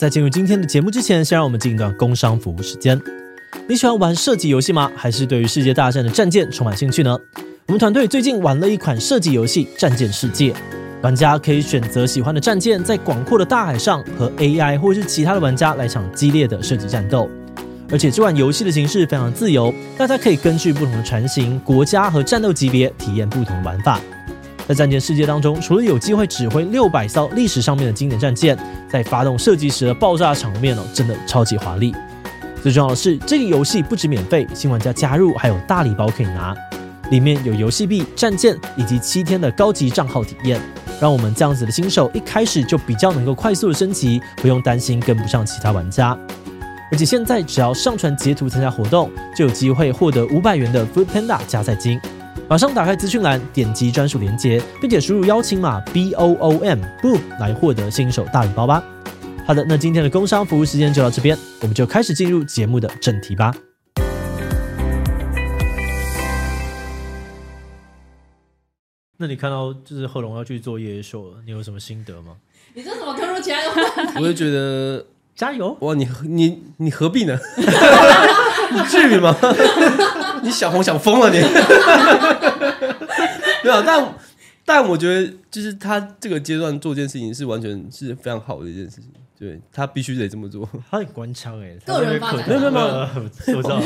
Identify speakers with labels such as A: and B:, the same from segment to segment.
A: 在进入今天的节目之前，先让我们进一段工商服务时间。你喜欢玩射击游戏吗？还是对于世界大战的战舰充满兴趣呢？我们团队最近玩了一款射击游戏《战舰世界》，玩家可以选择喜欢的战舰，在广阔的大海上和 AI 或是其他的玩家来场激烈的射击战斗。而且这款游戏的形式非常自由，大家可以根据不同的船型、国家和战斗级别体验不同玩法。在战舰世界当中，除了有机会指挥六百艘历史上面的经典战舰，在发动射击时的爆炸场面哦，真的超级华丽。最重要的是，这个游戏不止免费，新玩家加入还有大礼包可以拿，里面有游戏币、战舰以及七天的高级账号体验，让我们这样子的新手一开始就比较能够快速的升级，不用担心跟不上其他玩家。而且现在只要上传截图参加活动，就有机会获得五百元的 Food Panda 加载金。马上打开资讯栏，点击专属链接，并且输入邀请码 B O O M BOOM 来获得新手大礼包吧。好的，那今天的工商服务时间就到这边，我们就开始进入节目的正题吧。那你看到就是贺龙要去做夜夜秀了，你有什么心得吗？
B: 你这怎么突如其来的话
C: 我就觉得，
A: 加油！
C: 哇，你你你何必呢？ 你至于吗？ 你想红想疯了你？ 对啊，但但我觉得，就是他这个阶段做这件事情是完全是非常好的一件事情，对他必须得这么 做。
A: 他很官腔哎，
B: 个人发展
A: 没有没有没有， 我知道。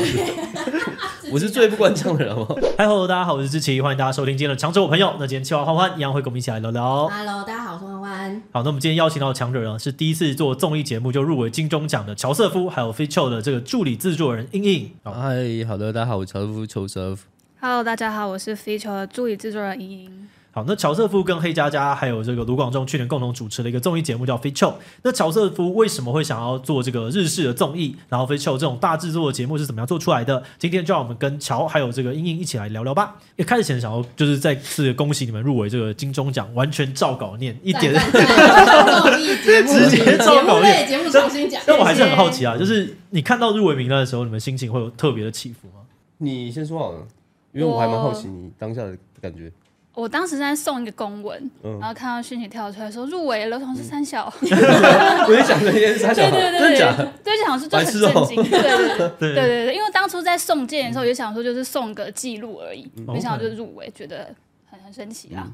C: 我是最不关腔的人，好不好？
A: 嗨，Hello，大家好，我是志奇，欢迎大家收听今天的强者我朋友。那今天七号欢欢一样会跟我们一起来聊聊。
B: ？Hello，大家好，我是欢欢。
A: 好，那我们今天邀请到的强者呢，是第一次做综艺节目就入围金钟奖的乔瑟夫，还有 f i c h o 的这个助理制作人英英。好，
C: 嗨， 好的，大家好，我乔夫邱蛇。
D: Hello，大家好，我是 Feature 的助理制作人莹莹。
A: 好，那乔瑟夫跟黑佳佳还有这个卢广仲去年共同主持了一个综艺节目叫《f i c h o 那乔瑟夫为什么会想要做这个日式的综艺？然后 f i c h o 这种大制作的节目是怎么样做出来的？今天就让我们跟乔还有这个英英一起来聊聊吧。也开始前想要就是再次恭喜你们入围这个金钟奖，完全照稿念，一点
B: 赞赞赞综艺节目
A: 直接照
B: 节
A: 稿
B: 目
A: 念
B: 类节目重新讲。
A: 但我还是很好奇啊，就是你看到入围名单的时候，你们心情会有特别的起伏吗？
C: 你先说好了，因为我还蛮好奇你当下的感觉。
D: 我当时在送一个公文，
C: 嗯
D: 然后看到讯息跳出来说入围了，同是三小，
C: 我也想这件事，他想好
D: 对 对
C: 真的
D: 对
C: 假的？
D: 对，对，就想说就很
C: 白痴哦
D: 震惊，对对对
A: 对
D: 对对对，因为当初在送 件的时候也想说就是送个记录而已，
C: 嗯
D: 没想到就入围，觉得很很神奇啊。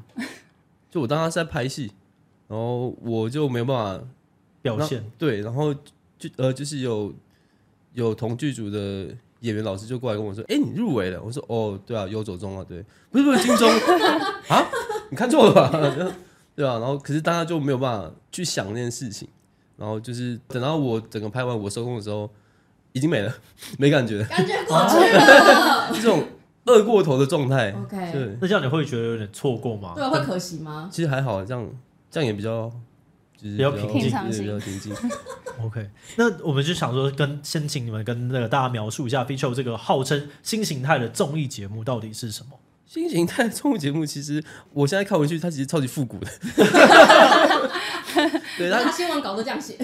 C: 就我当时在拍戏，然后我就没有办法
A: 表
C: 那
A: 现
C: 对，然后就呃，就是有有同剧组的演员老师就过来跟我说：“哎、你入围了。”我说：“哦，对啊，有走中啊，对，不是不是金钟啊，你看错了吧？” 对啊，然后可是大家就没有办法去想那件事情，然后就是等到我整个拍完我收工的时候，已经没了，没感觉了，
B: 感觉过去了。
C: 这种饿过头的状态。
B: OK，
C: 对，
A: 那这样你会觉得有点错过吗？
B: 对，会可惜吗？
C: 其实还好，这样这样也比较。就是
A: 比较
C: 比较
A: 平
D: 静常
C: 对
D: 心
C: 比较平静。
A: OK，那我们就想说跟，先请你们跟那个大家描述一下 Feature 这个号称新形态的综艺节目到底是什么？
C: 新形态综艺节目，其实我现在看回去，它其实超级复古的。 对它，
B: 他新闻稿都这样写，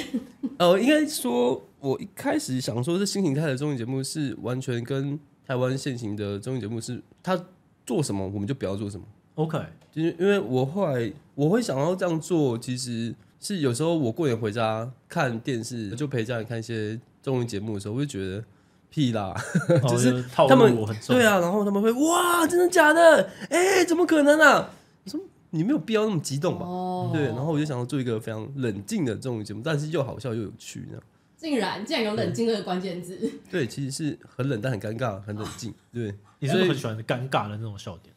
C: 呃，应该说，我一开始想说，这新形态的综艺节目是完全跟台湾现行的综艺节目是，它做什么我们就不要做什么。
A: OK，
C: 就是因为我后来我会想要这样做，其实是有时候我过年回家看电视，就陪家人看一些综艺节目的时候，我就觉得屁啦，
A: 就
C: 就是
A: 哦套
C: 他们
A: 路很重。
C: 对，啊，然后他们会哇，真的假的？哎、怎么可能啊？我说你没有必要那么激动吧？
B: 哦
C: 对，然后我就想要做一个非常冷静的综艺节目，但是又好笑又有趣，这样。
B: 竟然竟然有冷静这个关键字，
C: 对，其实是很冷，但很尴尬，很冷静。对，
A: 你是不是
C: 所以
A: 很喜欢尴尬的那种笑点？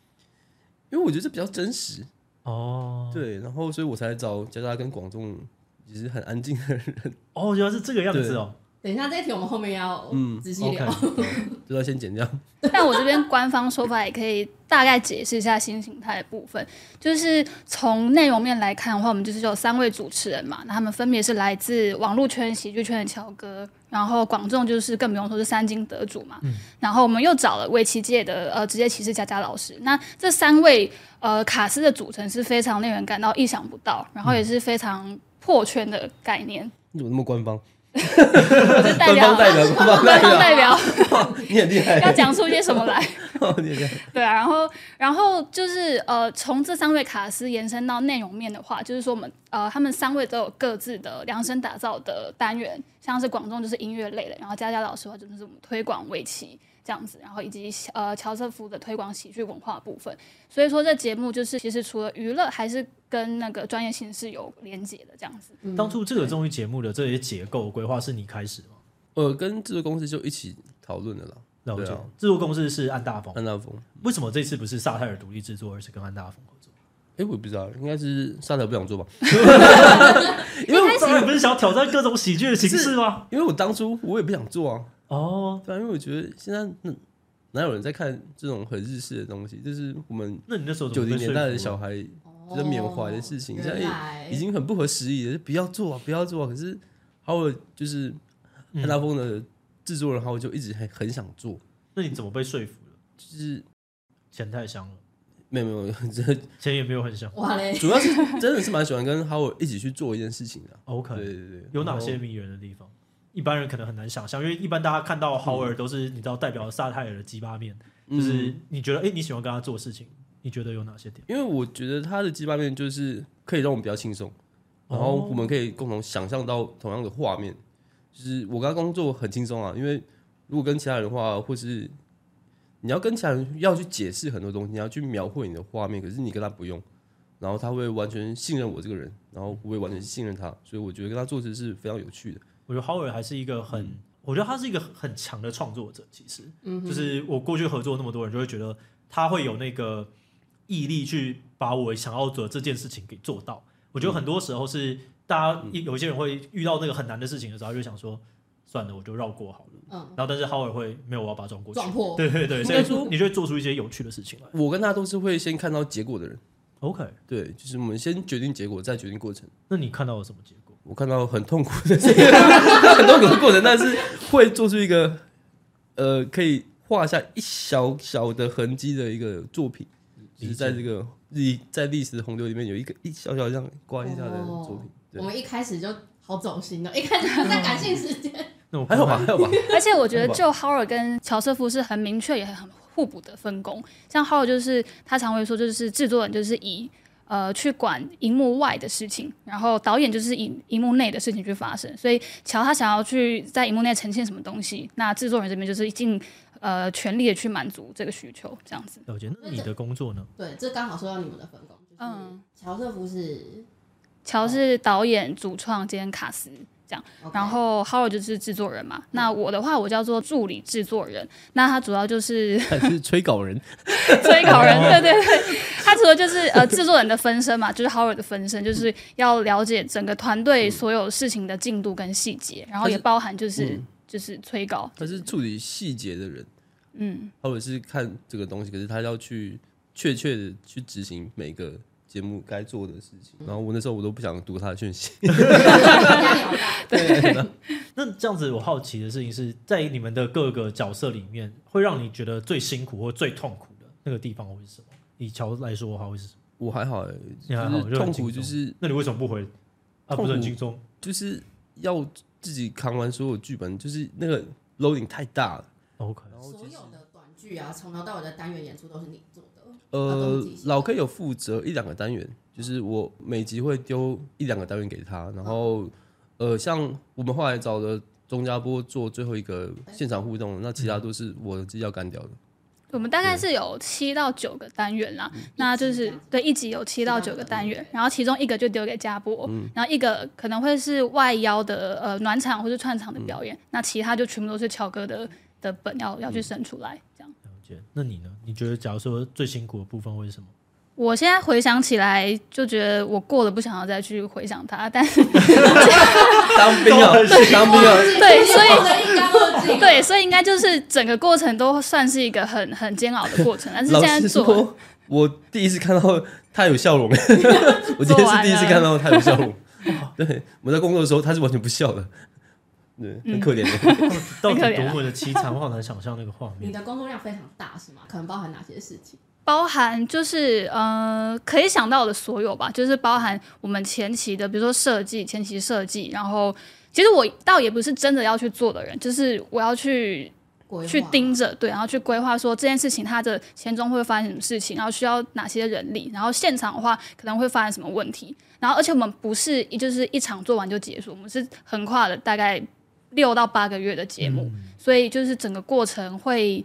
C: 因为我觉得这比较真实。
A: 哦，，
C: 对，然后所以我才找佳佳跟广众，其实很安静的人，
A: 哦，原来是这个样子哦。
B: 等一下这一题我们后面要
C: 嗯
B: 仔细
A: OK，
B: 聊。
C: 就要先剪掉。
D: 但我这边官方说法也可以大概解释一下新形态的部分，就是从内容面来看的话，我们就是有三位主持人嘛，那他们分别是来自网络圈、喜剧圈的乔哥，然后广众就是更不用说是三金得主嘛，然后我们又找了围棋界的呃职业棋士佳佳老师，那这三位呃卡司的组成是非常令人感到意想不到，然后也是非常破圈的概念。
C: 你怎么那么官方？
D: 就是代
C: 官
D: 表
C: 方代表，官方代
D: 官方
C: 表，
D: 代表
C: 你很厉害，
D: 要讲出些什么来。
C: 哦你很厉害，
D: 对啊，然后然后就是呃，从这三位卡司延伸到内容面的话，就是说我们呃，他们三位都有各自的量身打造的单元，像是广众就是音乐类的，然后佳佳老师的话就是我们推广围棋这样子，然后以及呃乔瑟夫的推广喜剧文化部分。所以说这节目就是其实除了娱乐，还是跟那个专业性是有连结的这样子。
B: 嗯
A: 当初这个综艺节目的这些结构规划是你开始吗？
C: 呃，跟制作公司就一起讨论的啦，
A: 了解
C: 对啊，嗯
A: 制作公司是安大风，
C: 安大风。
A: 为什么这次不是萨泰尔独立制作，而是跟安大风合作？
C: 哎，我也不知道，应该是沙特不想做吧？
A: 因为我当然不是想要挑战各种喜剧的形式吗？
C: 因为我当初我也不想做啊，
A: 哦，
C: 对啊，因为我觉得现在哪哪有人在看这种很日式的东西？就是我们
A: 那你那时候怎
C: 九
A: 么被
C: 零年代
A: 说
C: 的
A: 服
C: 小孩就是缅怀的事情
B: 哦
C: 现在
B: 原来
C: 已经很不合时宜了，就不要做啊，不要做啊。可是还有就是
A: 嗯
C: 安达峰的制作人，他就一直很很想做，
A: 那你怎么被说服了？
C: 就是
A: 钱太香了，
C: 没有没有，真的
A: 钱也没有很香。
B: 哇嘞，
C: 主要是真的是蛮喜欢跟 Howard 一起去做一件事情的、
A: OK，
C: 对对对，
A: 有哪
C: 然后
A: 些迷人的地方？一般人可能很难想象，因为一般大家看到 Howard 都是你知道代表萨泰尔的鸡巴面，
C: 嗯
A: 就是你觉得哎、诶你喜欢跟他做事情，你觉得有哪些点？
C: 因为我觉得他的鸡巴面就是可以让我们比较轻松，然后我们可以共同想象到同样的画面。就是我跟他工作很轻松啊，因为如果跟其他人的话，或是你要跟其他人要去解释很多东西，你要去描绘你的画面，可是你跟他不用，然后他会完全信任我这个人，然后我也完全信任他，所以我觉得跟他做事是非常有趣的。
A: 我觉得 Howard 还是一个很，
C: 嗯
A: 我觉得他是一个很强的创作者。其实，就是我过去合作那么多人，就会觉得他会有那个毅力去把我想要做的这件事情给做到。我觉
C: 嗯
A: 得很多时候是大家有一些人会遇到那个很难的事情的时候，他就想说算了，我就绕过好了。
B: 嗯，
A: 然后，但是 Howard 会没有，我要把它撞过去。
B: 撞破
A: 对对对，所
C: 应该
A: 以
C: 说
A: 你就会做出一些有趣的事情来。
C: 我跟他都是会先看到结果的人，
A: OK，
C: 对，就是我们先决定结果，再决定过程。
A: 那你看到了什么结果？
C: 我看到很痛苦的这个 很痛苦的过程，但是会做出一个呃可以画下一小小的痕迹的一个作品，就是在这个历在历史的洪流里面有一个一小小这样刮一下的作品。
B: 我们一开始就好走心 哦，一开始就在感性时间，
A: 那我
C: 还有吧，还 有吧，
D: 而且我觉得，就 Howard 跟乔瑟夫是很明确也很互补的分工。像 Howard 就是他常会说，就是制作人就是以呃去管荧幕外的事情，然后导演就是以荧幕内的事情去发生。所以乔他想要去在荧幕内呈现什么东西，那制作人这边就是尽呃全力的去满足这个需求，这样子。
A: 了解。那你的工作呢？
B: 对，这刚好说到你们的分工，就是
D: 嗯
B: 乔瑟夫是，
D: 乔是导演、主创兼卡斯这样。然后 Howard 就是制作人嘛，那我的话我叫做助理制作人，那他主要就是
C: 还是催稿人，
D: 催稿人，对对对，他除了就是呃制作人的分身嘛，就是 Howard 的分身，就是要了解整个团队所有事情的进度跟细节，然后也包含就是、嗯就是催稿，
C: 他是处理细节的人，
D: 嗯，
C: 或者是看这个东西，可是他要去确切的去执行每个节目该做的事情。然后我那时候我都不想读他的 讯息，
B: 啊嗯压力好大，
A: 那这样子，我好奇的事情是在你们的各个角色里面，会让你觉得最辛苦或最痛苦的那个地方会是什么？以乔来说的话，会是什么？
C: 我还好、欸，
A: 你还
C: 就
A: 好，
C: 是
A: 就很
C: 痛
A: 轻松
C: 苦就是
A: 那你为什么不回？啊，
C: 痛苦
A: 不是很轻松，
C: 就是要自己扛完所有剧本，就是那个 loading 太大了。
A: OK，
B: 所有的短剧啊，从头到尾的单元演出都是你做的，要动
C: 呃
B: 自己，写
C: 老 K 有负责一两个单元，就是我每集会丢一两个单元给他，然后呃，像我们后来找的钟家波做最后一个现场互动的，那其他都是我自己要干掉的。
D: 我们大概是有七到九个单元啦，那就是对一集有嗯啊七到九个嗯单元，然后其中一个就丢给家播，然后一个可能会是外邀的呃暖场或是串场的表演，那其他就全部都是乔哥的的本要要去生出来这样。
A: 了解。那你呢？你觉得，假如说最辛苦的部分会是什 么？
D: 我现在回想起来，就觉得我过了，不想要再去回想它。但 是
C: 当兵啊，当兵啊，
D: 对所以
B: 以一干二净，
D: 对，所以应该就是整个过程都算是一个很很煎熬的过程。但是
C: 老
D: 现在
C: 实
D: 做完，
C: 说，我第一次看到他有笑 容， 我今天是第一次看到他有笑容。对，我在工作的时候他是完全不笑的，对，
D: 嗯
C: 很可怜的。
A: 到
D: 很可
A: 底
D: 怜啊
A: 多么的凄惨，我好难想象那个画
B: 你
A: 面。
B: 的工作量非常大是吗？可能包含哪些事情？
D: 包含就是呃，可以想到的所有吧，就是包含我们前期的，比如说设计、前期设计，然后其实我倒也不是真的要去做的人，就是我要去
B: 规划
D: 去盯着，对，然后去规划说这件事情它的前中会发生什么事情，然后需要哪些人力，然后现场的话可能会发生什么问题，然后而且我们不是一就是一场做完就结束，我们是横跨了大概六到八个月的节目，所以就是整个过程会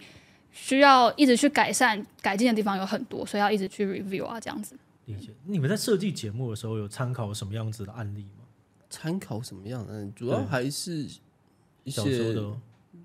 D: 需要一直去改善、改进的地方有很多，所以要一直去 review 啊这样子。
A: 理解。你们在设计节目的时候有参考什么样子的案例吗？
C: 参考什么样？嗯，主要
A: 对
C: 还是一
A: 小说
C: 些
A: 的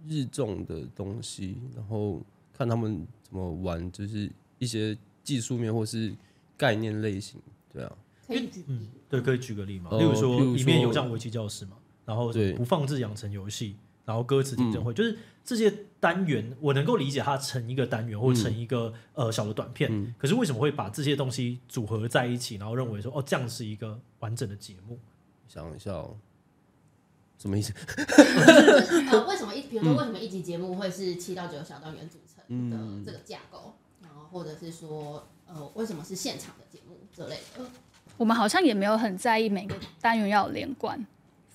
C: 日重的东西，然后看他们怎么玩，就是一些技术面或是概念类型。对啊，
B: 可以举例，
A: 对，可以举个例吗？
C: 呃
A: 例如说
C: 譬如说
A: 里面有像围棋教室嘛，然后
C: 对嗯
A: 不放置养成游戏，然后歌词听证会，就是这些单元，我能够理解它成一个单元或成一个、
C: 嗯
A: 呃小的短片、可是为什么会把这些东西组合在一起，然后认为说哦这样是一个完整的节目？
C: 想一下、哦，什么意思？
B: 就是呃，为什么一，比如说为什么一集节目会是七到九小单元组成的这个架构，然后或者是说，呃，为什么是现场的节目之类的？
D: 我们好像也没有很在意每个单元要有连贯，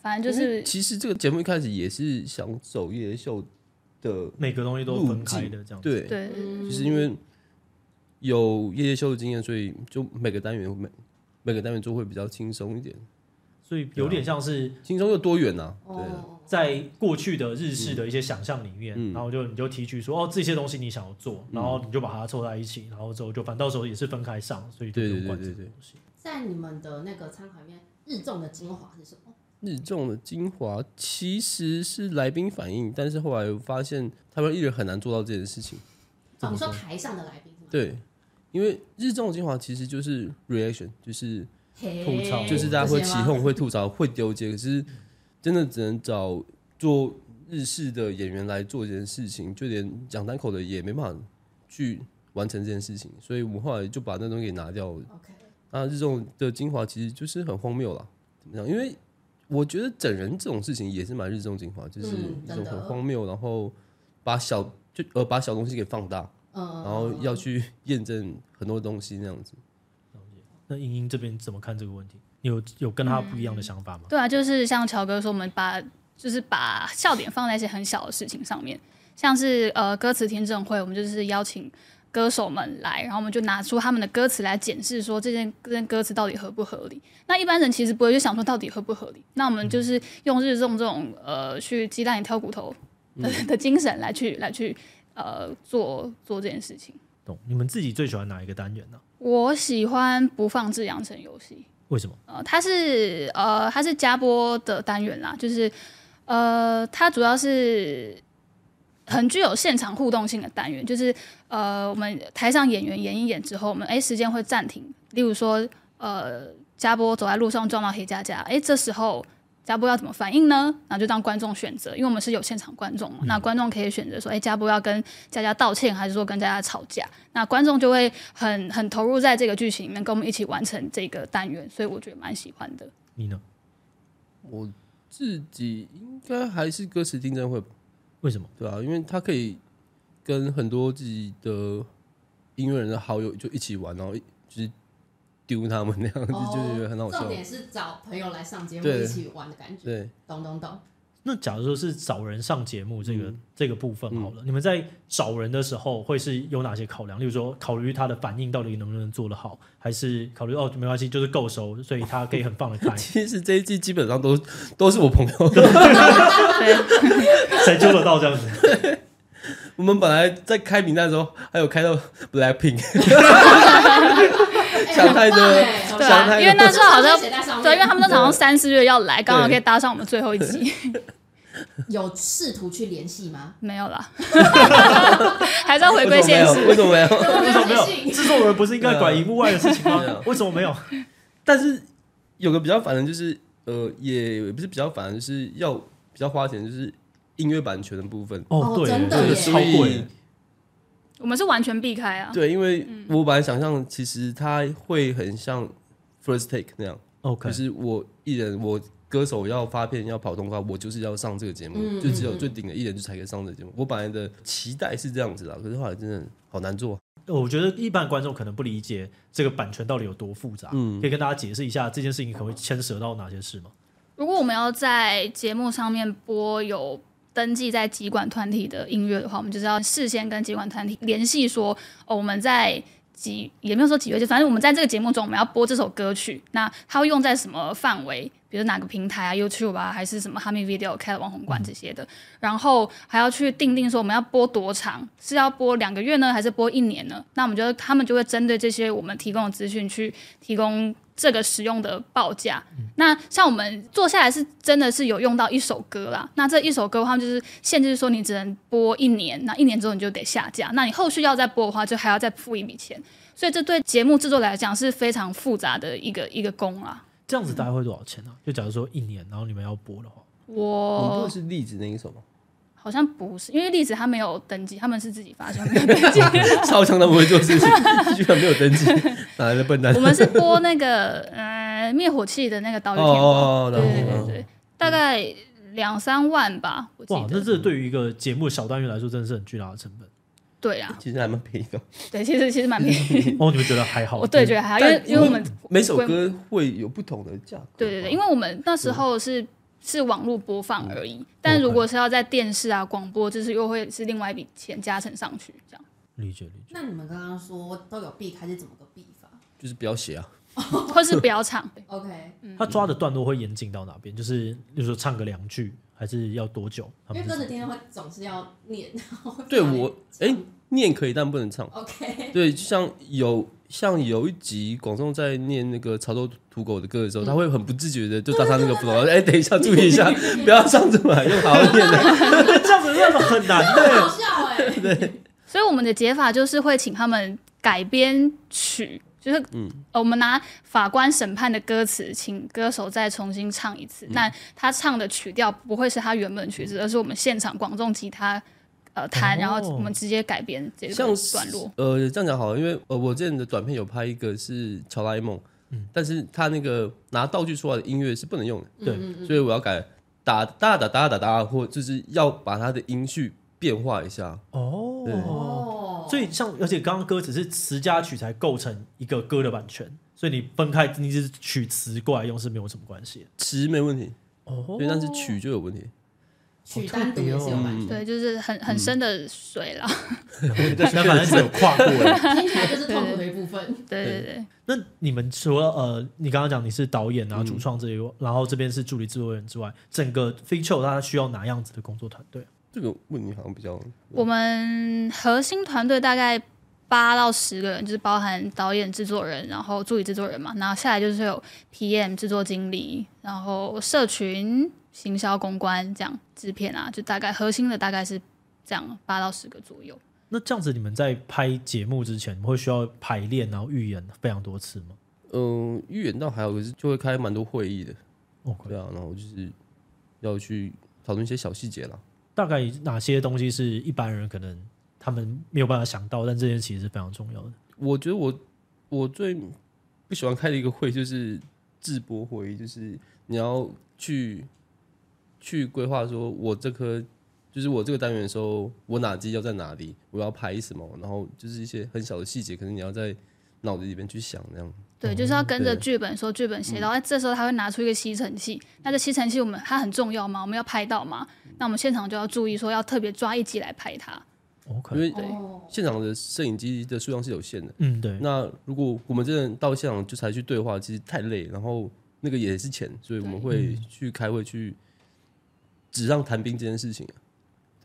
D: 反正就
C: 因为
D: 是
C: 其实这个节目一开始也是想走夜秀的，
A: 每个东西都分开的这样子。
C: 对，
D: 对
C: 就是因为有夜秀的经验，所以就每个单元每每个单元就会比较轻松一点，
A: 所以有点像是
C: 轻松又多元呐、啊。对，
B: 哦，
A: 在过去的日式的一些想象里面，
C: 嗯
A: 然后就你就提取说哦这些东西你想要做，然后你就把它凑在一起，然后之后就反倒时候也是分开上，所以就不用
C: 对对
A: 管这
C: 对
A: 个
C: 对
A: 东
C: 对
A: 西。
B: 在你们的那个参考里面，日中的精华是什么？
C: 日中的精华其实是来宾反应，但是后来发现台湾艺人很难做到这件事情。
B: 哦，你说台上的来宾是吗？
C: 对，因为日中的精华其实就是 reaction，就是
B: 嘿，
A: 吐槽
C: 就是大家会起
B: 这些吗
C: 哄、会吐槽、会纠结，可是真的只能找做日式的演员来做这件事情，就连讲单口的也没办法去完成这件事情，所以我们后来就把那东西给拿掉了。
B: ，OK，
C: 那日中的精华其实就是很荒谬啦，怎么样？因为我觉得整人这种事情也是蛮日中精华，就是
B: 嗯
C: 一
B: 真
C: 种
B: 的
C: 很荒谬，然后把小就呃把小东西给放大，
B: 嗯，
C: 然后要去验证很多东西那样子。
A: 那英英这边怎么看这个问题？你有有跟她不一
B: 嗯
A: 样的想法吗？
D: 对啊，就是像乔哥说，我们把就是把笑点放在一些很小的事情上面，像是呃歌词听证会，我们就是邀请歌手们来，然后我们就拿出他们的歌词来检视说这件这件歌词到底合不合理。那一般人其实不会去想说到底合不合理，那我们就是用日中这种呃去鸡蛋里挑骨头的,、的精神来去来去呃做做这件事情。
A: 懂？你们自己最喜欢哪一个单元呢、
D: 我喜欢不放置养成游戏。
A: 为什么？
D: 呃，它是呃，它是加播的单元啦，就是呃，它主要是很具有现场互动性的单元，就是呃，我们台上演员演一演之后，我们哎时间会暂停，例如说呃，加播走在路上撞到黑佳佳，哎，这时候。加播要怎么反应呢？然后就让观众选择，因为我们是有现场观众嘛，那观众可以选择说，哎、加播要跟佳佳道歉，还是说跟佳佳吵架？那观众就会很很投入在这个剧情里面，跟我们一起完成这个单元，所以我觉得蛮喜 欢的。
A: 你呢？
C: 我自己应该还是歌词听证会吧，
A: 为什么？
C: 对啊，因为他可以跟很多自己的音乐人的好友就一起玩，然后一就是丢他们那样子， 就
B: 哦
C: 是觉得很好
B: 重
C: 笑。
B: 点是找朋友来上节目
C: 对
B: 一起玩的感觉，
C: 对，，
B: 懂懂懂。
A: 那假如说是找人上节目这个、这个部分好了，你们在找人的时候会是有哪些考量？例如说，考虑他的反应到底能不能做得好，还是考虑哦没关系，就是够熟，所以他可以很放得开
C: 其实这一季基本上都都是我朋友。
D: 对，
A: 才做得到这样子。
C: 我们本来在开名单的时候，还有开到 Blackpink，
B: 哎
C: 想太多
B: 很棒哎
D: 对
C: 想太
D: 啊，
C: 多
D: 因为那时候好像
B: 写在上面
D: 对，因为他们都好像三四月要来，刚好可以搭上我们最后一 集，
B: 有试图去联系吗？
D: 没有啦， 还是要 回归
C: 为什么没
D: 现
C: 有为
D: 实。
C: 什么没有？
A: 为什么没
B: 没有
A: 有？
B: 信
A: 制作人不是应该管荧幕外的事情
C: 对啊
A: 吗？为什么没有？
C: 但是有个比较烦的，就是呃，也也不是比较烦，就是要比较花钱，就是音乐版权的部分。
B: 哦
A: 对，
B: 真的
A: 这个
B: 耶
A: 超贵。
D: 我们是完全避开啊，
C: 对，因为我本来想象，其实它会很像 First Take 那样，
A: OK，
C: 就是我艺人，我歌手要发片要跑通告，我就是要上这个节目，
B: 嗯
C: 就只有
B: 嗯
C: 最顶的艺人就才可以上这个节目。我本来的期待是这样子啦，可是后来真的好难做。
A: 我觉得一般观众可能不理解这个版权到底有多复杂，可以跟大家解释一下这件事情可能会牵涉到哪些事吗？
D: 我如果我们要在节目上面播有登记在集管团体的音乐的话，我们就是要事先跟集管团体联系说，哦，我们在几也没有说几月，就反正我们在这个节目中我们要播这首歌曲，那它会用在什么范围？比如哪个平台啊，YouTube 啊，还是什么 h a m i Video、Cat 网红馆这些的，然后还要去定定说我们要播多长，是要播两个月呢，还是播一年呢？那我们就他们就会针对这些我们提供的资讯去提供这个使用的报价。那像我们做下来是真的是有用到一首歌啦，那这一首歌的话就是限制说你只能播一年，那一年之后你就得下架，那你后续要再播的话就还要再付一笔钱，所以这对节目制作来讲是非常复杂的一个啊一个工啦。
A: 这样子大概会多少钱呢、啊就假如说一年，然后你们要播的话，
C: 你播
D: 我
C: 的是栗子那一首吗？
D: 好像不是，因为栗子他没有登记，他们是自己发行，没有 登记。
C: 超强他不会做事情，居然没有登 记，哪来的笨蛋
D: 我？们是播那个呃灭火器的那个岛屿
C: 哦
D: 天
C: 哦哦
D: 光，对
C: 然
D: 对
C: 后
D: 对对，大概两三万吧，我记
A: 哇，那
D: 得。
A: 这对于一个节目小单元来说，真的是很巨大的成本。
D: 对啊，
C: 其实还蛮便宜的。
D: 对，其实其实蛮 便宜。
A: 哦，你们觉得还好？
D: 我对觉
A: 得
D: 得还好，因为因为我们
C: 每首歌会有不同的价格。
D: 对对对，因为我们那
C: 嗯
D: 时候是是网络播放而已，但如果是要在电视啊广播，就是又会是另外一笔钱加成上去这样，
A: 理解理解。
B: 那你们刚刚说都有避开是怎么个避法
C: 就是不要写啊，
D: 或是不 要唱。
B: ？OK，
A: 嗯他抓的段落会严谨到哪边？就是，比如说唱个两句，还是要多久？他
B: 因为
A: 们
B: 歌
A: 是
B: 词今天会总是要念，然后会
C: 对
B: 不小心
C: 我哎念可以，但不能唱。
B: OK，
C: 对，就像有像有一集广仲在念那个潮州土狗的歌的时候，他会很不自觉的就打上那个斧 头，哎，等一下，注意一下，不要唱出来，用好好念的。
A: 这样子，那种很难
B: 很
A: 的。
B: 好笑哎，
D: 所以我们的解法就是会请他们改编曲，就是、
C: 嗯
D: 呃我们拿法官审判的歌词，请歌手再重新唱一
C: 嗯
D: 次。那他唱的曲调不会是他原本的曲子，而是我们现场广众吉他呃弹，
A: 哦
D: 然后我们直接改编这个
C: 像是
D: 段落。
C: 呃，这样讲好了，因为呃，我之前的短片有拍一个是乔拉梦，但是他那个拿道具出来的音乐是不能用的。
B: 嗯
A: 对，
C: 所以我要改打哒哒哒哒哒，或就是要把它的音序变化一下。
A: 哦，
B: 哦，
A: 所以像，而且刚刚歌只是词加曲才构成一个歌的版权，所以你分开，你只是取词过来用是没有什么关系的。
C: 词没问题，
A: 哦
C: 对，但是曲就有问题。
B: 取单独也是有版
C: 嗯
A: 嗯
B: 权，
D: 对，就是很很深的水了。
A: 那反正是有跨过的。
C: 哦
B: 听起来就是痛苦的一部
C: 嗯
B: 分。
D: 对对对，
A: 那你们除了呃，你刚刚讲你是导演啊、主创这一，然后这边是助理制作人之外，整个 feature 它需要哪样子的工作团队？
C: 这个问题好像比较
D: 我们核心团队大概八到十个人，就是包含导演、制作人，然后助理制作人嘛，然后下来就是有 PM、制作经理，然后社群、行销、公关这样，制片啊，就大概核心的大概是这样，八到十个左右。
A: 那这样子，你们在拍节目之前，你们会需要排练，然后预演非常多次吗
C: 嗯、预演到还有个是就会开蛮多会议的，
A: ？OK，
C: 对啊，然后就是要去讨论一些小细节啦。
A: 大概哪些东西是一般人可能他们没有办法想到，但这些其实是非常重要的。
C: 我觉得我我最不喜欢开的一个会就是直播会议，就是你要去去规划说，我这颗就是我这个单元的时候，我哪集要在哪里，我要拍什么，然后就是一些很小的细节，可能你要在脑子里边去想这样。
D: 对，就是要跟着
C: 对
D: 剧本说剧本写到，那、这时候他会拿出一个吸尘器，那这吸尘器我们它很重要吗？我们要拍到吗？那我们现场就要注意说要特别抓一集来拍它。
C: 因
A: OK，
C: 为
D: 嗯对
B: 哦，
C: 现场的摄影机的数量是有限的，
A: 嗯，对，
C: 那如果我们真的到现场就才去对话，其实太累，然后那个也是钱，所以我们会去开会去纸上谈兵这件事情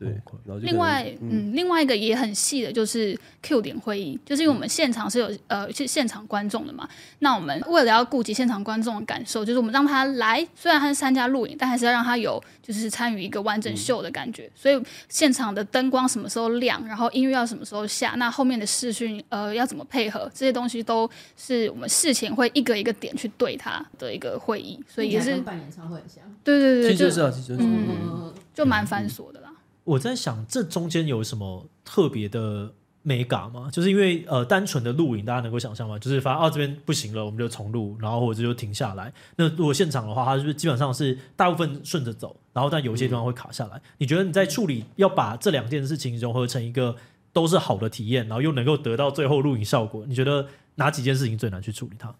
C: 啊、对
A: OK，
C: 然后就可能
D: 另外，嗯，另外一个也很细的，就是 Q 点会议，就是因为我们现场是有呃是现场观众的嘛，那我们为了要顾及现场观众的感受，就是我们让他来，虽然他是参加录影，但还是要让他有就是参与一个完整秀的感觉。
C: 嗯
D: 所以现场的灯光什么时候亮，然后音乐要什么时候下，那后面的视讯呃要怎么配合，这些东西都是我们事前会一个一个点去对他的一个会议，所以也
B: 听起来
D: 是
B: 跟办演唱会很像。
D: 对对
C: 其
D: 对，
C: 实就
D: 就是
C: 啊，其实就是、嗯、
B: 嗯，
D: 就蛮繁琐的啦。
A: 我在想这中间有什么特别的美感吗？就是因为呃，单纯的录影大家能够想象吗？就是反正啊这边不行了，我们就重录，然后或者就停下来。那如果现场的话，它是不是基本上是大部分顺着走，然后但有一些地方会卡下来？你觉得你在处理要把这两件事情融合成一个都是好哦的体验，然后又能够得到最后录影效果，你觉得哪几件事情最难去处理它？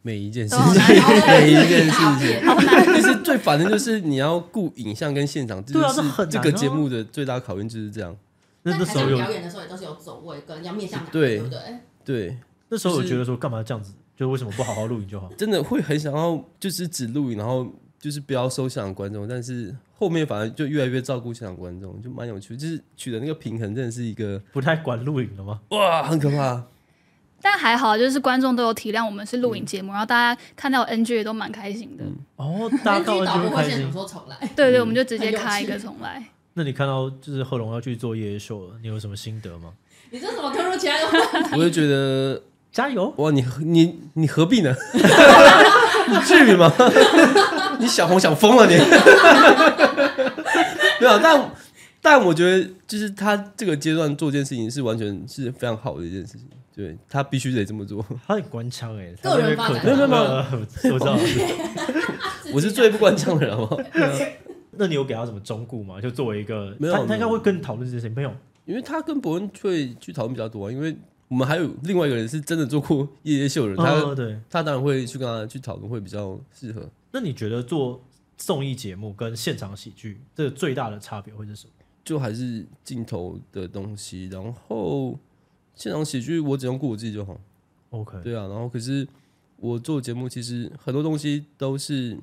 C: 每一件事
D: 都 好
C: 情，
B: 难
C: 每一件事情。
B: 好难
C: 但是最烦的就是你要顾影像跟现场，
A: 对啊
C: 就
A: 这很
C: 是
A: 难
C: 这个
A: 哦
C: 节目的最大考验就是这样。
A: 那那
B: 但台
A: 时
B: 上
A: 候有
B: 表演的时候也都是有走位跟要面向哪，
C: 对
B: 对不对？
C: 对，
A: 那时候我
C: 就是
A: 觉得说干嘛这样子，就为什么不好好录影就好？
C: 真的会很想要就是只录影，然后就是不要收现场观众，但是后面反而就越来越照顾现场观众，就蛮有趣，就是取得那个平衡，真的是一个
A: 不太管录影了吗？
C: 哇，很可怕。
D: 但还好，就是观众都有体谅我们是录影节目，然后大家看到 NG 也都蛮开心的。
A: 哦，大家
B: 但
A: 看
B: 是
A: 完
B: 导
A: 就
B: 播
A: 会
B: 会
A: 开
B: 现
A: 心
B: 场。说重来，
D: 对对，我们就直接
B: 很有
D: 开一
B: 趣
D: 个重来。
A: 那你看到就是贺龙要去做夜夜秀了，你有什么心得吗？
B: 你这怎么突如其来的话？
C: 我就觉得
A: 加油！
C: 哇，你你你何必呢？你至于吗？你小红想疯了你？没有，但但我觉得就是他这个阶段做这件事情是完全是非常好的一件事情，对他必须得这么做。
A: 他很官腔哎，
B: 个人
A: 他在那边
B: 发展啊
A: 可
B: 没
A: 呃
B: 有
C: 没有
A: 我知道。
C: 我是最不关腔的人，好不好？
A: 那你有给他什么忠告吗？就作为一个，
C: 没有
A: 他他应
C: 没
A: 该
C: 有
A: 会跟你讨论这件事情，没有？
C: 因为他跟伯恩会去讨论比较多、啊，因为我们还有另外一个人是真的做过夜夜秀的人，嗯他、
A: 哦，对。
C: 他当然会去跟他去讨论，会比较适合。
A: 那你觉得做综艺节目跟现场喜剧这个最大的差别会是什么？
C: 就还是镜头的东西，然后现场喜剧我只用顾我自己就好。
A: OK，
C: 对啊，然后可是我做节目，其实很多东西都是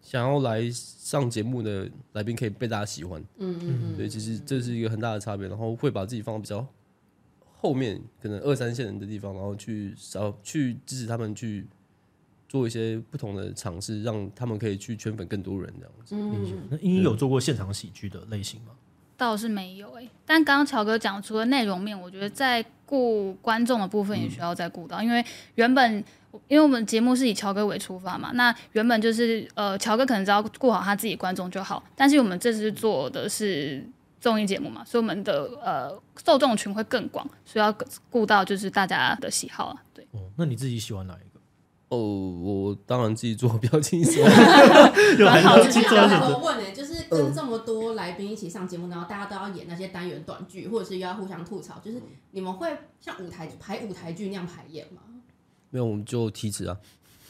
C: 想要来上节目的来宾可以被大家喜欢，
B: 嗯嗯
C: 对，
B: 嗯，
C: 其实这是一个很大的差别。然后会把自己放到比较后面，可能二三线人的地方，然后去少去支持他们去做一些不同的尝试，让他们可以去圈粉更多人这样子。
B: 嗯
A: 理解。那英英有做过现场喜剧的类型吗？
D: 倒是没有诶、但刚刚乔哥讲，除了内容面，我觉得在顾观众的部分也需要再顾到，因为原本因为我们节目是以乔哥为出发嘛，那原本就是呃，乔哥可能只要顾好他自己观众就好，但是我们这次做的是综艺节目嘛，所以我们的呃受众群会更广，所以要顾到就是大家的喜好啊，对。
A: 哦，那你自己喜欢哪一 个？
C: 哦，我当然自己做比较轻松。
A: 有很
D: 好
A: 多
D: 奇
A: 去
B: 其实
A: 做
B: 我
A: 选择
B: 有问呢，就是跟这么多来宾一起上节目，然后大家都要演那些单元短剧，或者是又要互相吐槽，就是你们会像舞台排舞台剧那样排演吗？
C: 没有，我们就提词啊。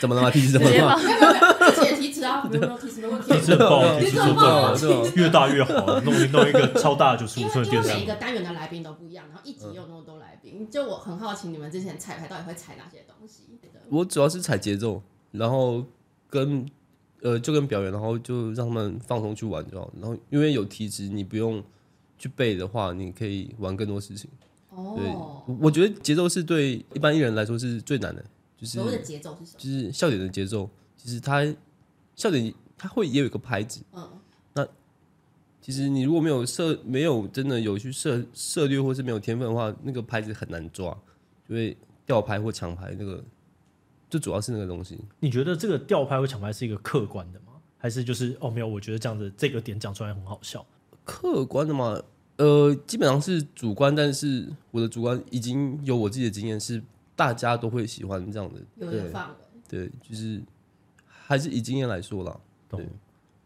C: 怎么了吗？提词怎么
D: 直接
C: 了
D: 把
A: 啊
C: 吗？
B: 没有没有没有，自己的提词啊，没有没有提词没问题。
A: 提词很棒， 提
C: 对
A: 词
B: 提词
A: 做
B: 很
A: 棒
B: 棒，
C: 对啊
A: 越大越好，弄一弄一个超大九十
B: 因
A: 五
B: 为
A: 寸的电
B: 因为每一
A: 视。
B: 个单元的来宾都不一样，然后一集又有那么多来宾，就我很好奇你们之前彩排到底会彩哪些东西？
C: 我主要是踩节奏，然后跟呃就跟表演，然后就让他们放松去玩就好。然后因为有提词，你不用去背的话，你可以玩更多事情。对，
B: 哦，
C: 我我觉得节奏是对一般艺人来说是最难的，就是
B: 所谓的节奏是什么？
C: 就是笑点的节奏。其实它笑点它会也有一个拍子，
B: 嗯，
C: 其实你如果没有涉没有真的有去涉涉略或是没有天分的话，那个拍子很难抓，就会吊拍或抢拍那个，就主要是那个东西。
A: 你觉得这个吊拍和抢拍是一个客观的吗？还是就是哦没有？我觉得这样子这个点讲出来很好笑。
C: 客观的嘛，呃，基本上是主观，但是我的主观已经有我自己的经验，是大家都会喜欢这样
B: 有
C: 的。
B: 点
C: 对
B: 放了。
C: 对，就是还是以经验来说啦。
A: 懂
C: 对。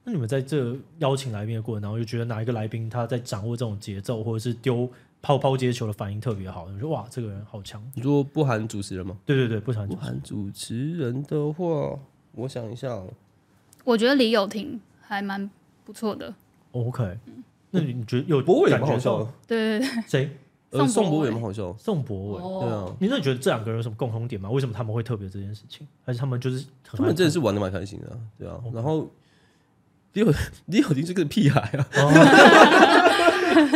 A: 那你们在这邀请来宾的过程当中，就觉得哪一个来宾他在掌握这种节奏，或者是丢抛抛接球的反应特别好？你说哇，这个人好强！
C: 你说不含主持人吗？
A: 对对对，不想
C: 不含主持人的话，我想一下、哦。
D: 我觉得李友廷还蛮不错的，
A: 哦 OK。那你你觉得有
C: 嗯博伟也
A: 感
C: 蛮
A: 觉
C: 好笑的
A: 到，
D: 对对对，
A: 谁？
C: 呃，
D: 宋
C: 宋博
D: 博
C: 伟
D: 伟
C: 也蛮好笑的。
A: 宋博伟。
C: 对
B: 哦，
C: 啊，
A: 你那你觉得这两个人有什么共同点吗？为什么他们会特别这件事情？还是他们就是很
C: 他们真的
A: 是
C: 是玩的蛮开心的啊、对啊。然后李友 李友廷是个屁孩啊，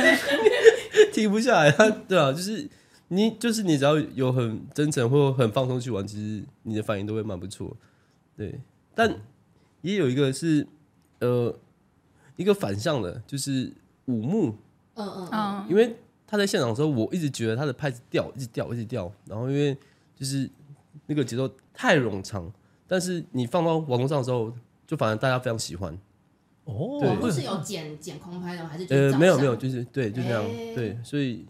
C: 停不下来啊，对啊，就是你就是你只要有很真诚或很放松去玩，其实你的反应都会蛮不错，对。但也有一个是呃一个反向的，就是五幕，
B: 嗯嗯嗯，
A: 哦
D: 嗯，
C: 因为他在现场的时候，我一直觉得他的拍子掉，一直掉，一直掉。然后因为就是那个节奏太冗长，但是你放到网络上的时候，就反而大家非常喜欢。
A: 哦，
C: 对
B: 我们
A: 会
B: 是有剪剪空拍的吗？还是就是
C: 呃，
B: 照
C: 没有
B: 相
C: 没有，就是对，就这样，
B: 哎
C: 对，所以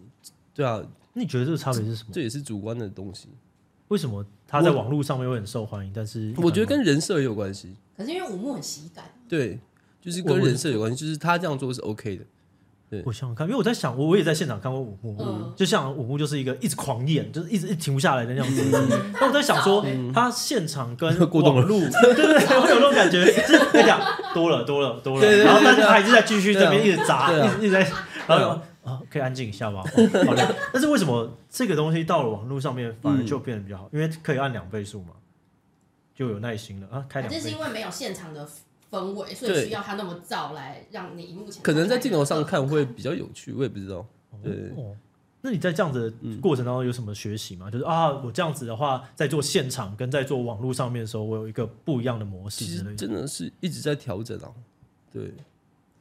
C: 对啊，
A: 那你觉得这个差别是什么？
C: 这也是主观的东西。
A: 为什么他在网络上面会很受欢迎，但是
C: 我觉得跟人设也有关系，
B: 可是因为五幕很喜感，
C: 对，就是
A: 我
C: 跟
A: 我
C: 人设有关系，就是他这样做是 OK 的，对
A: 我想想看，因为我在想，我我也在现场看过五幕，
B: 嗯
A: 就像五幕就是一个一直狂演，就是一直一直停不下来的那样子。
B: 嗯
A: 那我在想说，他现场 跟
C: 过动了
A: 网络， 对对对，会有那种感觉，就是在讲多了多了多
C: 对
A: 了，
C: 对对
A: 然后但是
C: 对啊
A: 他还是在继续这边一直砸，
C: 对啊
A: 一直一直在，然后啊，可以安静一下吗？ 哦好的。但是为什么这个东西到了网络上面反而
C: 嗯
A: 就变得比较好？因为可以按两倍速嘛，就有耐心了啊，开
B: 反
A: 两
B: 正是
A: 倍
B: 因。为没有现场的氛围，所以
C: 对
B: 需要他那么燥来让你荧幕前。
C: 可能在镜头上看会比较有趣，我也不知道。对
A: 哦，那你在这样子
C: 嗯
A: 的过程当中有什么学习吗？就是啊，我这样子的话，在做现场跟在做网络上面的时候，我有一个不一样的模式
C: 其
A: 之
C: 实
A: 类的。
C: 真的是一直在调整啊，对，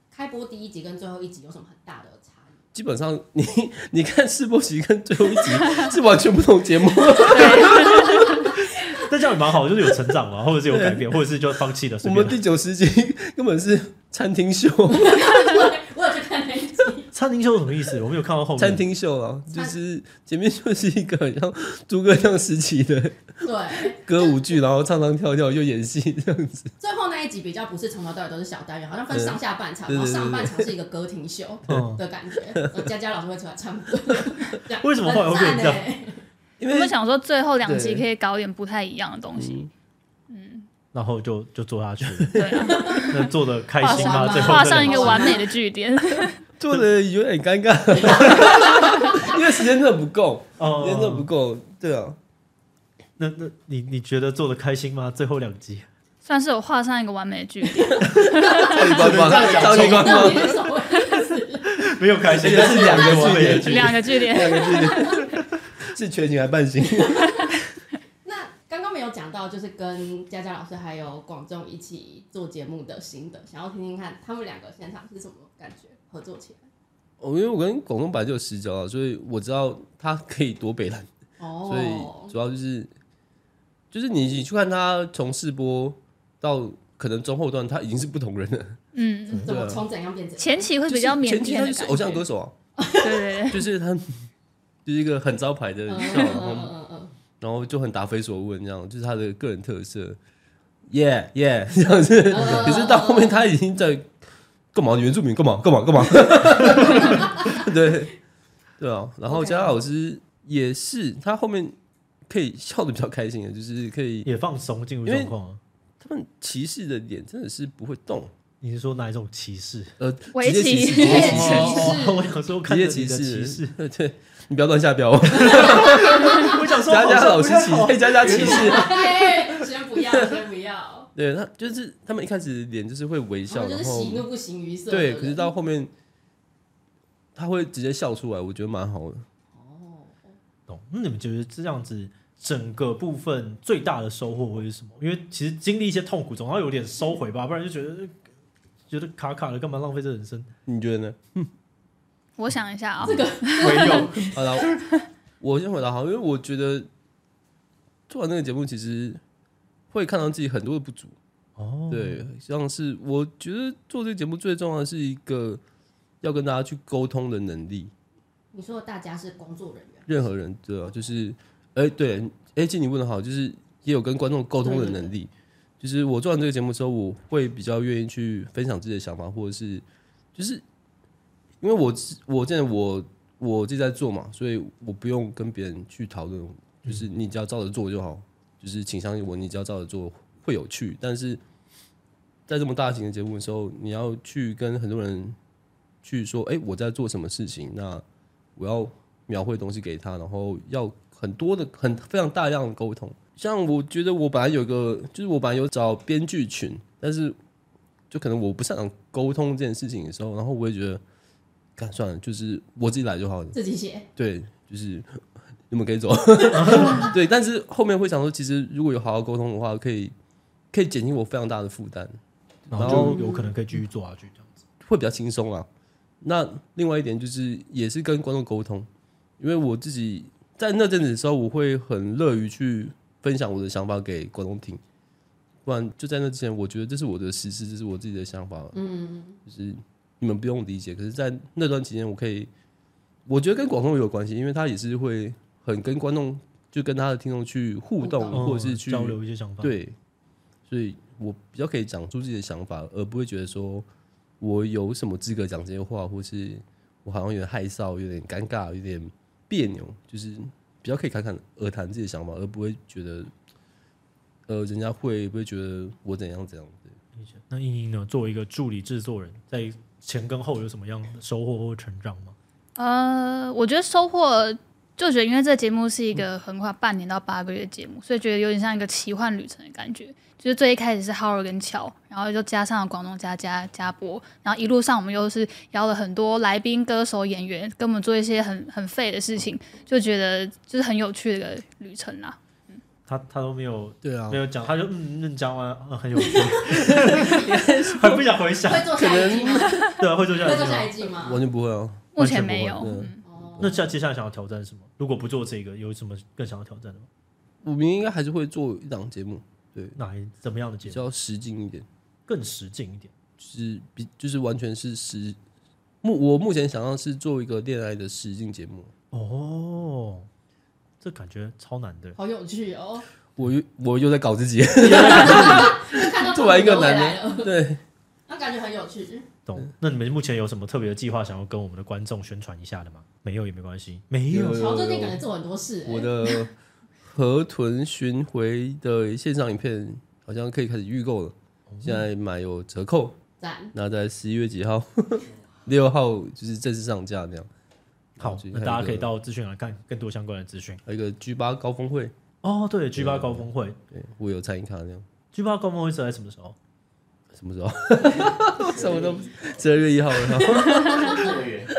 B: 开播第一集跟最后一集有什么很大的差异？
C: 基本上你 你看试播集跟最后一集是完全不同节目，
A: 但这样也蛮好，就是有成长嘛， 或者是有改变，或者是就放弃了，
C: 我
A: 随便
C: 们
A: 了。
C: 第九十集根本是餐厅秀，
B: 我有去看那一集，
A: 餐厅秀是什么意思？我没有看到后面。
C: 餐厅秀啊，就是前面就是一个很像诸葛亮时期的
B: 对，
C: 歌舞剧，然后唱唱跳跳又演戏这样子，
B: 最后那一集比较不是从头到尾都是小单元，好像分上下半场，
C: 对
B: 然后
C: 对对
B: 上半场是一个歌厅秀
A: 嗯
B: 的 感觉，呃佳佳老师会出来唱歌，这样
A: 为什么后来会变这样
B: 很赞欸
C: 因
D: 我
C: 为
D: 们想说最后两集
C: 对
D: 可以搞点不太一样的东西，
A: 然后就就做下去了，
D: 对啊，
A: 那做的 开心
B: 好
A: 吗？
B: 玩
A: 最后
D: 画
A: 真的
D: 上一个
A: 好玩
D: 完美的句点。
C: 做的有点尴尬， 因为时间真的不够，时间真的不
A: 哦，
C: 够，对啊，
A: 那那你你觉得做的开心吗？最后两集，
D: 算是我画上一个完美的句点，
C: 超级官方，超级官
B: 到
C: 方
B: 底，是什么意思？
A: 没有 开心，
C: 而且是两个
A: 完美的
C: 据
A: 点
C: 点
D: 两个句点。
C: 两个字是全形还半形。
B: 那刚刚没有讲到，就是跟佳佳老师还有广仲一起做节目的心得，想要听听看他们两个现场是什么感觉，合作起来。
C: 哦，因为我跟广东本来就有私交啊，所以我知道他可以多北蓝，所
B: 哦
C: 以，主要就是就是你你去看他从试播到可能中后段，他已经是不同人了。
D: 嗯，
C: 啊
B: 怎么从怎样变怎样？
D: 前期会比较腼
C: 前期
D: 腆
C: 他
D: 的
C: 就是偶像
D: 感
C: 歌
D: 觉，
C: 手啊，
D: 对对对，
C: 就是他 就是一个很招牌的
B: 嗯嗯
C: 笑，然后
B: 嗯嗯嗯，
C: 然后就很答非所问这样，就是他的个人特色。耶耶， 这样子，可是到后面他已经在干嘛？原住民干嘛？干嘛？干嘛？ 对，对啊。然后
B: OK
C: 佳佳老师也是，他后面可以笑的比较开心的，就是可以，
A: 也放松进入
C: 因为
A: 状况啊。
C: 他们歧视的脸真的是不会动，
A: 你是说哪一种歧视？
C: 呃，
D: 围
C: 直接歧视，
D: 棋
C: 直接
B: 哦
C: 歧视
B: 视
A: 我想说，
C: 直
A: 看着
C: 接
A: 你
C: 歧
A: 的歧视
C: 视，，对你不要乱下标哦，
A: 我想说，
C: 佳佳老师
A: 好像，不
C: 歧
A: 太好
C: 被佳佳歧视，
B: 哎，先不要，先不要，
C: 对他就是他们一开始脸就是会微
B: 我
C: 笑，
B: 们哦就
C: 然
B: 是
C: 后
B: 喜怒不形于色的人。
C: 对，可是到后面他会直接笑出来，我觉得蛮好的。
B: 哦，
A: 懂。那你们觉得这样子整个部分最大的收获会是什么？因为其实经历一些痛苦，总要有点收回吧，不然就觉得觉得卡卡的，干嘛浪费这人 生？
C: 你觉得呢？
D: 我想一下啊、
A: 没有，
C: 好了，我先回答好，因为我觉得做完那个节目，其实会看到自己很多的不足。
A: 哦，
C: 对，像是我觉得做这个节目最重要的是一个要跟大家去沟通的能力。
B: 你说的大家是工作人员，
C: 任何人对啊，就是，哎、对，哎、静你问的好，就是也有跟观众沟通的能力。就是我做完这个节目之后，我会比较愿意去分享自己的想法，或者是，就是因为我自我现在我我自己在做嘛，所以我不用跟别人去讨论，就是你只要照着做就好，就是请相信我，你只要照着做会有趣。但是在这么大型的节目的时候，你要去跟很多人去说，哎、我在做什么事情，那我要描绘东西给他，然后要很多的、很非常大量的沟通。像我觉得我本来有个，就是我本来有找编剧群，但是就可能我不擅长沟通这件事情的时候，然后我也觉得，干算了，就是我自己来就好了。
B: 自己写，
C: 对，就是你们可以走。对，但是后面会想说，其实如果有好好沟通的话，可以可以减轻我非常大的负担。
A: 然后就有可能可以继续做下去这样子。
C: 会比较轻松啊。那另外一点就是，也是跟观众沟通，因为我自己在那阵子的时候，我会很乐于去分享我的想法给观众听。不然就在那之前，我觉得这是我的实事，这是我自己的想法，
B: 嗯，
C: 就是你们不用理解。可是，在那段期间，我可以，我觉得跟广东有关系，因为他也是会很跟观众，就跟他的听众去互动，
B: 互
A: 哦
C: 嗯或者是去
A: 交流一些想法，，
C: 对，所以我比较可以讲出自己的想法，而不会觉得说我有什么资格讲这些话，或是我好像有点害臊，有点尴尬，有点别扭，就是比较可以侃侃而谈自己的想法，而不会觉得，呃，人家会不会觉得我怎样怎样？对
A: 那英英呢？作为一个助理制作人，在前跟后有什么样的收获或成长吗？
D: 呃，我觉得收获就觉得，因为这节目是一个横跨半年到八个月的节目，所以觉得有点像一个奇幻旅程的感觉。就是最一开始是浩尔跟乔，然后就加上了广东加加加播，然后一路上我们又是邀了很多来宾、歌手、演员，跟我们做一些很很废的事情，就觉得就是很有趣的一个旅程啦。
A: 他他都没有
C: 对啊
A: 没，有讲，他就嗯嗯讲完，嗯很有 趣， 还不想回想，
B: 会做下一季吗？
A: 对啊，会做这样的
B: 会做
A: 事
B: 下
A: 吗
B: 一季吗？
C: 完全不会哦。
D: 目
A: 完全
D: 前
A: 不
D: 没
A: 会
D: 有，
C: 对
D: 嗯
B: 哦
A: 那下接下来想要挑战什么？如果不做这个，有什么更想要挑战的吗？
C: 我明应该还是会做一档节目，对，
A: 哪一怎么样的节
C: 比
A: 目
C: 较实劲一点，
A: 更实劲一点？
C: 就是比就是完全是实目我目前想要是做一个恋爱的实境节目。
A: 哦，这感觉超难的。
B: 好有趣哦！
C: 我又我又在搞自己，
B: 看到
C: 突然一个男
B: 来了，
C: 的，对，
B: 那感觉很有趣。
A: 懂？那你们目前有什么特别的计划想要跟我们的观众宣传一下的吗？没有也没关系，没有
C: 有
B: 乔最近可能做很多事、欸，
C: 我的河豚巡回的线上影片好像可以开始预购了，现在买有折扣，
B: 赞。
C: 那在十一月几号， 六号就是正式上架那样。
A: 好，那大家可以到资讯来看更多相关的资讯。
C: 还有一个 G 八高峰会，
A: 哦，对，G 八高峰会
C: 对我有参与卡那样。
A: ，G 八高峰会是在什么时候？
C: 什么时候？ 什么都十二月一号，然后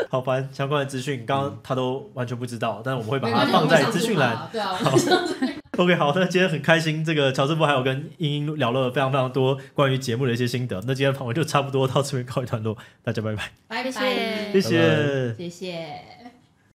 A: 好，反正相关的资讯，刚刚他都完全不知道，但是我们会把
B: 没
A: 它
B: 关系，
A: 放
B: 我
A: 在
B: 们
A: 资
B: 上
A: 讯
B: 次吧
A: 栏。。
B: 对啊，
A: OK，好，那今天很开心，这个乔师傅还有跟英英聊了非常非常多关于节目的一些心得。那今天的访问就差不多到这边告一段落，大家拜拜，
B: 拜
D: 谢谢
B: 拜，
A: 谢谢。
B: 谢谢。